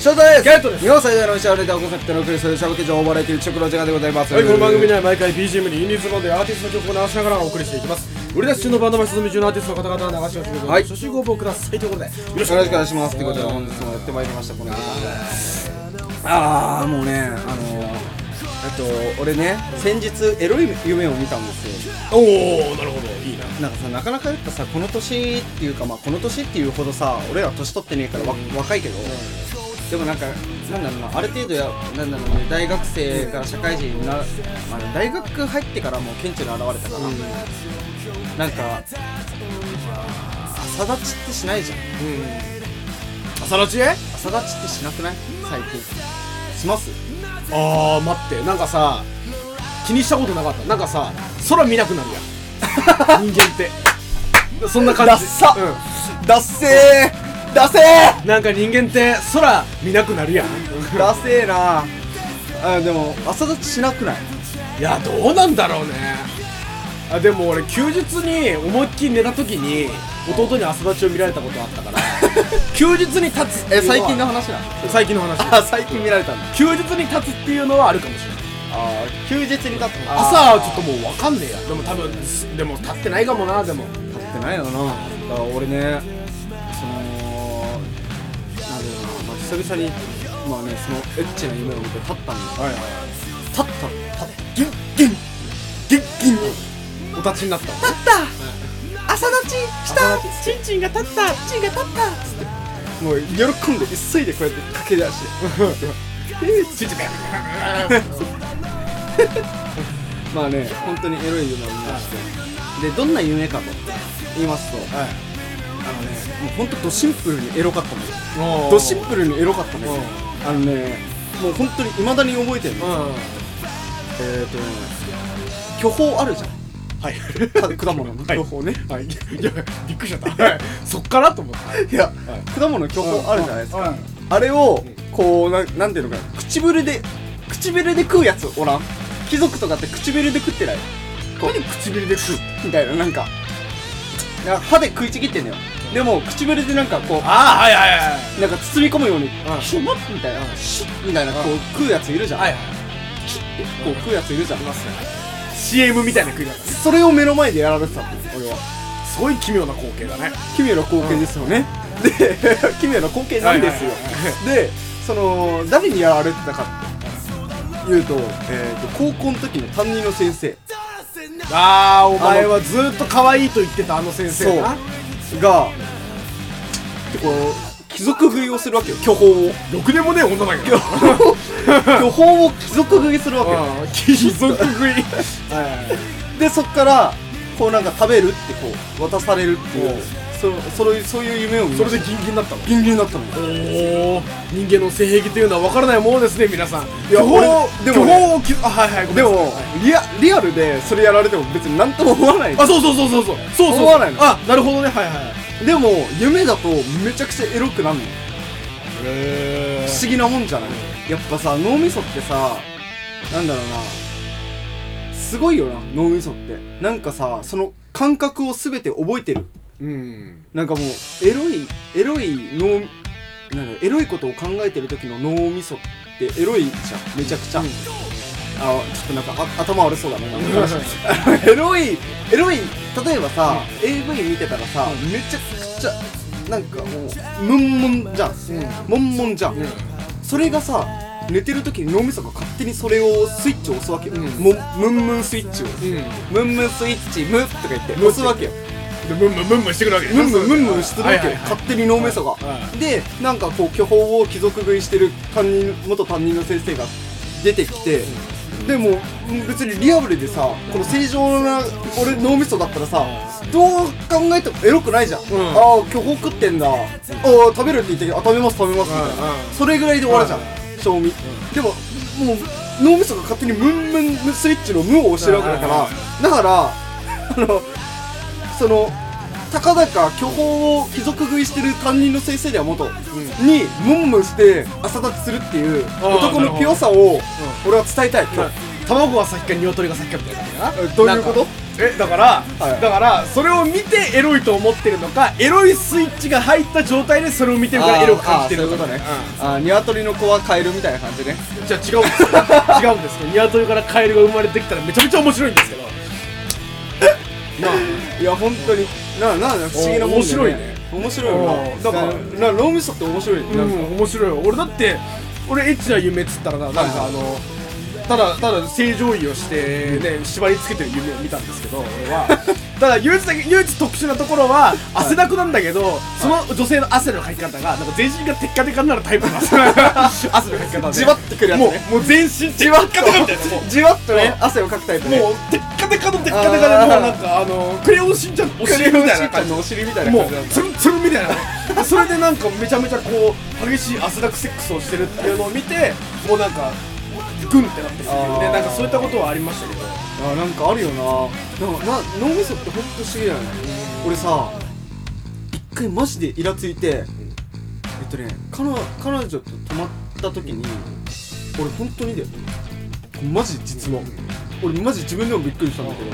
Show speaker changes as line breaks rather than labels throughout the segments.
翔太です
ゲットです
日本最大のおしゃれでおコンセプトのお送りするしゃべけ情報バラエティー食の時間でございます
はい、この番組では毎回 BGM にインディーズバンドやアーティストの曲を流しながらお送りしていきます売り出し中のバンドマイ進み中のアーティストの方々は流しをしてくださ
はい
い初心ご応募くださいということでよろ
よろしくお願いしますということで本日もやってまいりましたこの時間でああもうねあのーあと俺ね先日エロい夢を見たんですよ
おおなるほどいい
な
な
んかさなかなかやっぱさこの年っていうかまあこの年っていうほどさ俺ら年取ってねえからわ、若いけど、でもなんかなんだろうなある程度やなんだろうね大学生から社会人にな、まあ、大学入ってからもう顕著に現れたから、なんか朝立ちってしないじゃん
朝立ちあ
朝立ちってしなくない最近します
あ待ってなんかさ気にしたことなかったなんかさ空見なくなる やん人間ってそんな感じ
ダッサダッセーダセ
うん、なんか人間って空見なくなるやん
ーダセーなあでも朝立ちしなくない
いやどうなんだろうねあでも俺休日に思いっきり寝た時に弟に朝立ちを見られたことあったから 休日に立つってい
え
うのは
最近の話なの
最近の話
あ最近見られたんだ
休日に立つっていうのはあるかもしれない
あー休日に立つ
朝はちょっともう分かんねえやでも多分でも立ってないかもなでも
立ってないよなだから俺ねそのなんだろうな、まあ、久々にまあねそのエッチな夢を見て立ったんだよ
はいはい
立った立ったギュッギュッギュッギュッ
お立ちになった
朝立ちしたチンチンが立ったチンが立ったつってもう喜んで急いでこうやって駆け出してえーついてたよまあね本当にエロい夢を見ましてでどんな夢かと言いますと
はい
あのねもう本当ドシンプルにエロかったんですよ
お
ドシンプルにエロかったんですよ
う
あのねもう本当に未だに覚えてる
う
の
んは
えっとね巨峰あるじゃ ん
い
た果物の
はい
巨峰ね
はいいやびっくりしちゃったはいそっからと思った
いや
はい
果物の巨峰あるじゃないですか
はい
あれをこうななんていうのかな唇で唇で食うやつおらん貴族とかって唇で食ってないこ
何唇で食う
うみたいななんかなんか歯で食いちぎってんのよでも唇でなんかこう
ああはいはいはい
なんか包み込むように
ん
シュモッみたいなシュッみたいなこう食うやついるじゃん
はいはい
シュッてこう食うやついるじゃん
CM みたいな食い方
それを目の前でやられてたの俺は
すごい奇妙な光景だね
奇妙な光景ですよね、で 奇妙な光景なんですよ、
はいはい
でその誰にやられてたかっていうと,、えー、と高校の時の担任の先生
ああお前はずーっと可愛いと言ってたあの先生な
がでこう貴族食いをするわけよ巨 峰を
ろくでもねえ女だけど
巨峰を貴族食いするわけよ、
うん貴族食い
でそっからこうなんか食べるってこう渡されるっていう
おう
そそれそういう夢を見
そ
ま
れ
した
でギンギンだったの
ギンギンだったのよ
おお人間の性癖というのは分からないものですね皆さんい
や俺で
で
も
も
ね
をきあはいはいごめ
で
んな
も
さい
リアリアルでそれやられても別になんとも思わない
あそうそうそうそうそうそうそう
思わないの
あなるほどねはいはい
でも夢だとめちゃくちゃエロくなるの
へ
不思議なもんじゃないやっぱさ脳みそってさなんだろうなすごいよな脳みそってなんかさその感覚を全て覚えてる
うん
なんかもうエロいエロい脳なんだろうエロいことを考えてる時の脳みそってエロいじゃんめちゃくちゃ、あちょっとなんかあ頭悪そうだねなんか 話エロいエロい例えばさ、AV 見てたらさ、めちゃくちゃなんかもうムンムンじゃん、ムンムンじゃん、それがさ寝てる時に脳みそが勝手にそれをスイッチを押すわけよ、
うん
もムンムンスイッチを、
うん
ムンムンスイッチムとか言って押すわけよ
でムンムンムンムンしてくるわけ
ムンムンムンムンしてるわけよ
はいはいはい
勝手に脳みそが、
は
でなんかこう巨峰を貴族食いしてる担任元担任の先生が出てきて、でもうん別にリアルでさこの正常な俺脳みそだったらさどう考えてもエロくないじゃん、
ん
ああ巨峰食ってんだ、ああ食べるって言ってあ食べます食べますみたいな、
うんうん
それぐらいで終わるじゃん、
うん
賞味、でももう脳みそが勝手にムンムンスイッチの無を押してるわけだから、だからあのそのたかだか巨峰を貴族食いしてる担任の先生では元、にムンムンして朝立ちするっていう
あー
男のピュアさを俺は伝えたい今日、
卵は先か鶏が先かみたいな感じかな
えどういうこと
なんかえだから、
はい
だからそれを見てエロいと思ってるのかエロいスイッチが入った状態でそれを見てるからエロく感じてるのか
あーあーそういうこと
う
ね、あ
ん
ー鶏の子はカエルみたいな感じね
じゃあ違うんですよ 違うんですよニワトリからカエルが生まれてきたらめちゃめちゃ面白いんです けどまあ
いや本当にななな不思議なもんだよ
面白いね
面白いよ
うん
ななん
だ
かな脳みそって面白いね
う
なん
ん面白いよ俺だって俺エッチな夢っつったらななんか
はいはい
あの、ただただ正常位をしてね縛りつけてる夢を見たんですけど俺 はただ唯一だけ唯一特殊なところは汗だくなんだけど、その女性の汗のかき方がなんか全身がテッカテカになるタイプなんですよ 汗のかき方で
じわっとくるやつね
もうもう全身じわっとかみたいなもう
じわっとね汗をかくタイプね
もうテッカテカのテッカテカでもうなんかあのクレヨンしんちゃんのお
ク
尻
レ
み
ヨン
たい
し
なん
ちゃ
感
ん
じ
のお尻みたいな
も
感
う
じなんだ
ツルンツルンみたいなそれでなんかめちゃめちゃこう激しい汗だくセックスをしてるっていうのを見てもうなんかグンってなってる
あー
でなんかそういったことはありましたけど
あなんかあるよななんかな脳みそってほんと不思議だよね俺さ一回マジでイラついて、えっとね彼女彼女と泊まった時に、俺本当にだよマジ実話、俺マジ自分でもびっくりしたんだけど、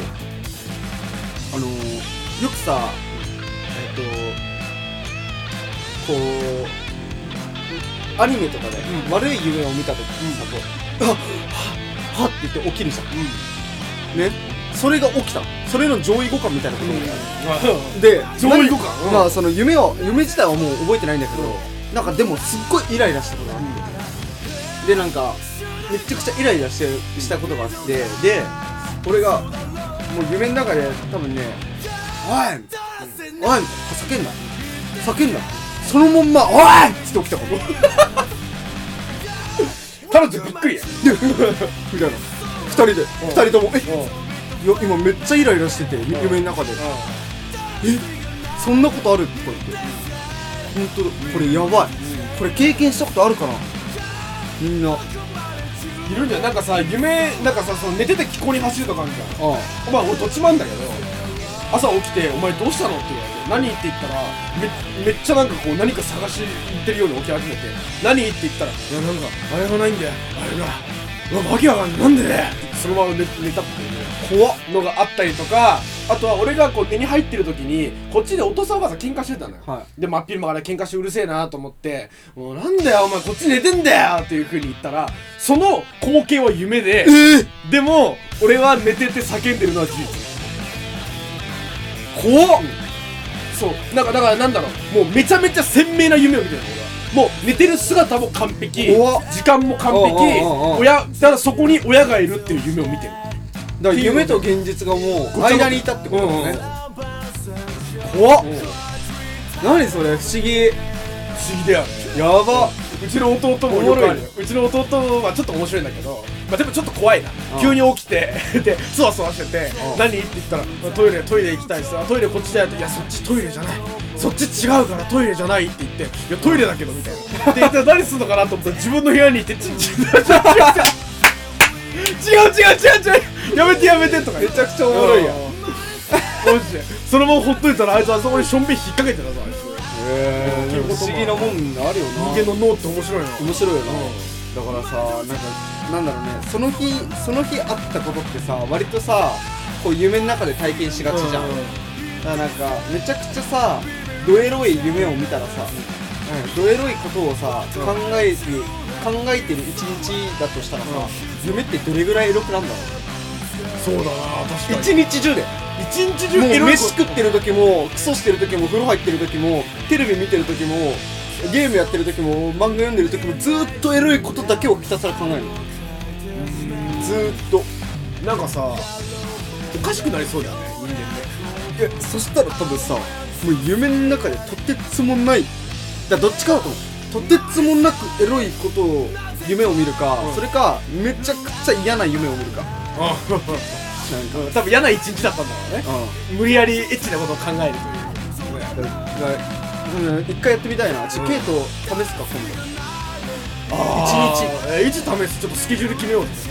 あのー、よくさえっとこうアニメとかで、
うん
悪い夢を見た時にさ、こうあはっはっって言って起きるじゃんねそれが起きたのそれの上位互換みたいなことが起きたの、で
上位互換
なんまあその夢を夢自体はもう覚えてないんだけど、なんかでもすっごいイライラしたことがあって、でなんかめちゃくちゃイライラしてしたことがあってで俺がもう夢の中で多分ね「おい!」「おい!」叫んだ叫んだそのまんま「おい!」って起きた こと
彼女びっくりや
みたいな2人で2人とも「えいや今めっちゃイライラしてて夢の中で」えそんなことあるってこうやって本当だこれやばいこれ経験したことあるかなみんなあ
いるんじゃないなんかさ夢なんかさその寝てて気候に走るとかあるじゃん
あ
お前俺どっちまんだけど朝起きて「お前どうしたの?」って言われて「何?」って言ったらめめっちゃなんかこう何か探しに行ってるように起き始めて「何?」って言ったら「いやなんかあれがないんだよあれがうわわけわかんないなんで?」ってそのまま寝寝たっていう怖っのがあったりとかあとは俺がこう寝に入ってる時にこっちでお父さんお母さん喧嘩してたのよ、
は
で真っ昼間から喧嘩してうるせえなと思って「もうなんだよお前こっち寝てんだよ!」っていうふうに言ったらその光景は夢ででも俺は寝てて叫んでるのは事実怖っ、そうなんかだからなんだろうもうめちゃめちゃ鮮明な夢を見てるの俺はもう寝てる姿も完璧
怖っ
時間も完
おうおう
璧
おうおう
親ただそこに親がいるっていう夢を見てる
だから夢と現実がもう間にいたってことだね怖っ何それ不思議
不思議だよ
やば
うちの弟もよくあるようちの弟はちょっと面白いんだけど、まあ、でもちょっと怖いな
うん
急に起きて でそわそわしてて
うん
何って言ったらトイレトイレ行きたいっすあトイレこっちだよっていやそっちトイレじゃないそっち違うからトイレじゃないって言っていやトイレだけどみたいなで一体何するのかなと思ったら自分の部屋に行ってチ ンチン違う違う違う違う違う違うやめてやめてとかめちゃくちゃ
おもろいやん
マジでそのままほっといたらあいつあそこにしょんべん引っ掛けてたぞあいつ
へえ不思議なもんあるよな
人間の脳って面白いな
面白いよな、だからさなんかなんだろうねその日その日あったことってさ割とさこう夢の中で体験しがちじゃん、
うん
だからなんかめちゃくちゃさドエロい夢を見たらさ、うんドエロいことをさ
うん
考える考えてる一日だとしたらさ、夢ってどれぐらいエロくなんだろ
そうだな確
う一日中で
一日
もう飯
飯食
食ってる時もクソしてる時も風呂入ってる時もテレビ見てる時もゲームやってる時も漫画読んでる時もずーっとエロいことだけをひたすら考えるずーっと
なんかさおかしくなりそうだよね人間ね
いやそしたら多分さもう夢の中でとってつもないだからどっちかだと思うとってつもなくエロいことを夢を見るか、
うん
それかめちゃくちゃ嫌な夢を見るかなん
あ
か
多分嫌な一日だったんだろうね無理やりエッチなことを考えると
うん
いう
だからうん一回やってみたいなちょ
うん
ケイト試すか今度
あ
一
ーえいつ試すちょっとスケジュール決めようです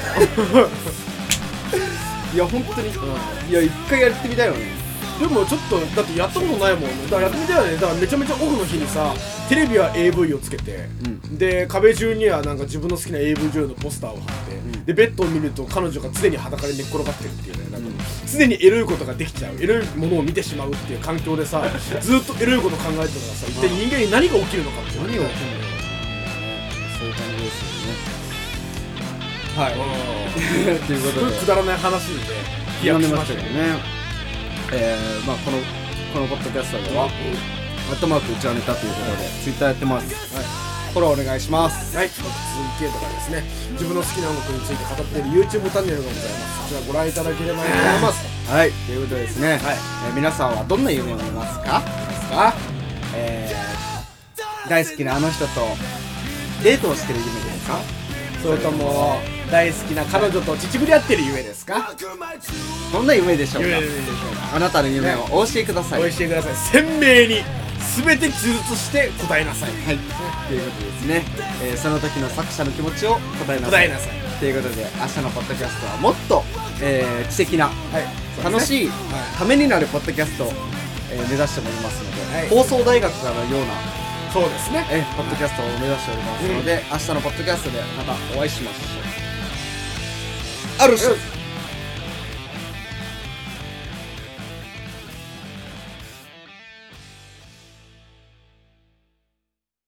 いや本当にいや一回やってみたいよね
でもちょっとだってやったことないもんねだからやってみたいよねだからめちゃめちゃオフの日にさテレビは AV をつけて、
うん
で壁中にはなんか自分の好きな AV 女優のポスターを貼って、
ん
でベッドを見ると彼女が常に裸で寝っ転がってるっていうねなんか常にエロいことができちゃうエロいものを見てしまうっていう環境 でさずっとエロいこと考えてたからさ一体人間に何が起きるのかって
何が起きるのかそういう感じですよね はいという
す
こ
ご
と
い
で
くだらない話で飛躍しましたけどね
ねえー、まあこのこのポッドキャストでは「アットマークうちはネタ」ということでツイッターやってます、フォローお願いします
はい、続けとかですね、自分の好きな音楽について語っている YouTube チャンネルがございます。こちらご覧いただければと思います。
はいということでですね、
はい
えー皆さんはどんな夢を見ますかですか、えー、大好きなあの人とデートをしてる夢ですか
それとも、大好きな彼女と秩父で合ってるゆえですか
どんな夢でしょうか
夢でしょ
あなたの夢をお教えください、
おいしてください。鮮明に、すべて記述して答えなさい。
はい、ということですね、えーその時の作者の気持ちを答えなさ
答
い
えなさい。
ということで明日のポッドキャストはもっと、えー知的な、
はい。
楽
い。
しい、ためになるポッドキャストを、えー目指しておりますので、
はい
放送大学のような、
そうですね。
えーポッドキャストを目指しておりますので、明日のポッドキャストでまたお会いしましょう。あるっしょ